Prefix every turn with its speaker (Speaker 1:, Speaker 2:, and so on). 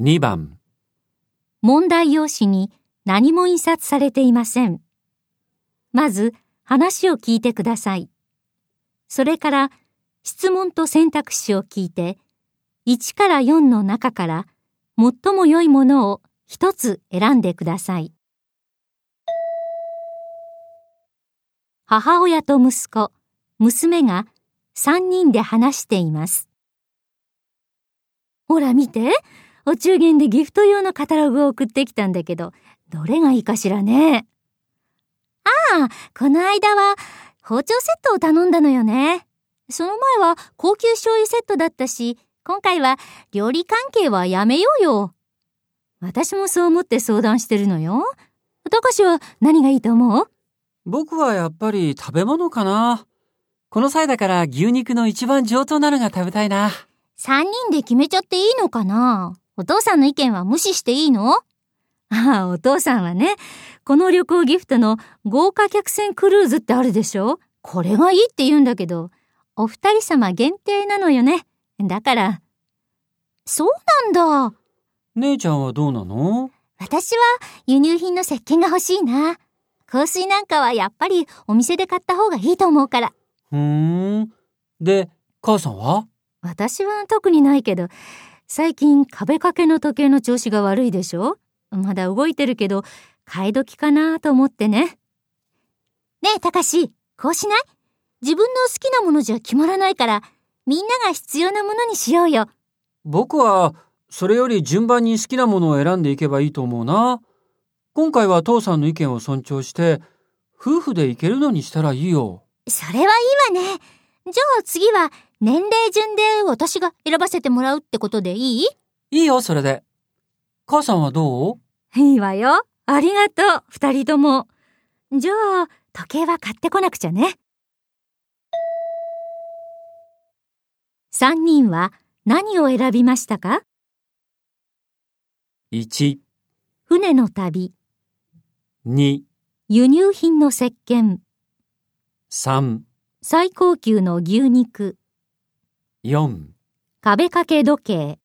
Speaker 1: 2番、
Speaker 2: 問題用紙に何も印刷されていません。まず話を聞いてください。それから質問と選択肢を聞いて、1から4の中から最も良いものを一つ選んでください。母親と息子、娘が3人で話しています。ほら見て、お中元でギフト用のカタログを送ってきたんだけど、どれがいいかしらね。ああ、この間は包丁セットを頼んだのよね。その前は高級醤油セットだったし、今回は料理関係はやめようよ。私もそう思って相談してるのよ。たかしは何がいいと思う
Speaker 3: 僕はやっぱり食べ物かな。この際だから牛肉の一番上等なのが食べたいな。
Speaker 2: 三人で決めちゃっていいのかなお父さんの意見は無視していいのああ、お父さんはね、この旅行ギフトの豪華客船クルーズってあるでしょこれがいいって言うんだけど、お二人様限定なのよね。だから。そうなんだ。
Speaker 3: 姉ちゃんはどうなの
Speaker 2: 私は輸入品の石鹸が欲しいな。香水なんかはやっぱりお店で買った方がいいと思うから。
Speaker 3: ふーん。で、母さんは
Speaker 2: 私は特にないけど、最近壁掛けの時計の調子が悪いでしょまだ動いてるけど、買い時かなと思ってね。ねえ、たかし、こうしない自分の好きなものじゃ決まらないから、みんなが必要なものにしようよ。
Speaker 3: 僕は、それより順番に好きなものを選んでいけばいいと思うな。今回は父さんの意見を尊重して、夫婦でいけるのにしたらいいよ。
Speaker 2: それはいいわね。じゃあ次は年齢順で私が選ばせてもらうってことでいい
Speaker 3: いいよ、それで。母さんはどう
Speaker 2: いいわよ。ありがとう、二人とも。じゃあ、時計は買ってこなくちゃね。三人は何を選びましたか
Speaker 1: ?1、
Speaker 2: 船の旅、
Speaker 1: 2、
Speaker 2: 輸入品の石鹸、
Speaker 1: 3、
Speaker 2: 最高級の牛肉、
Speaker 1: 4
Speaker 2: 壁掛け時計。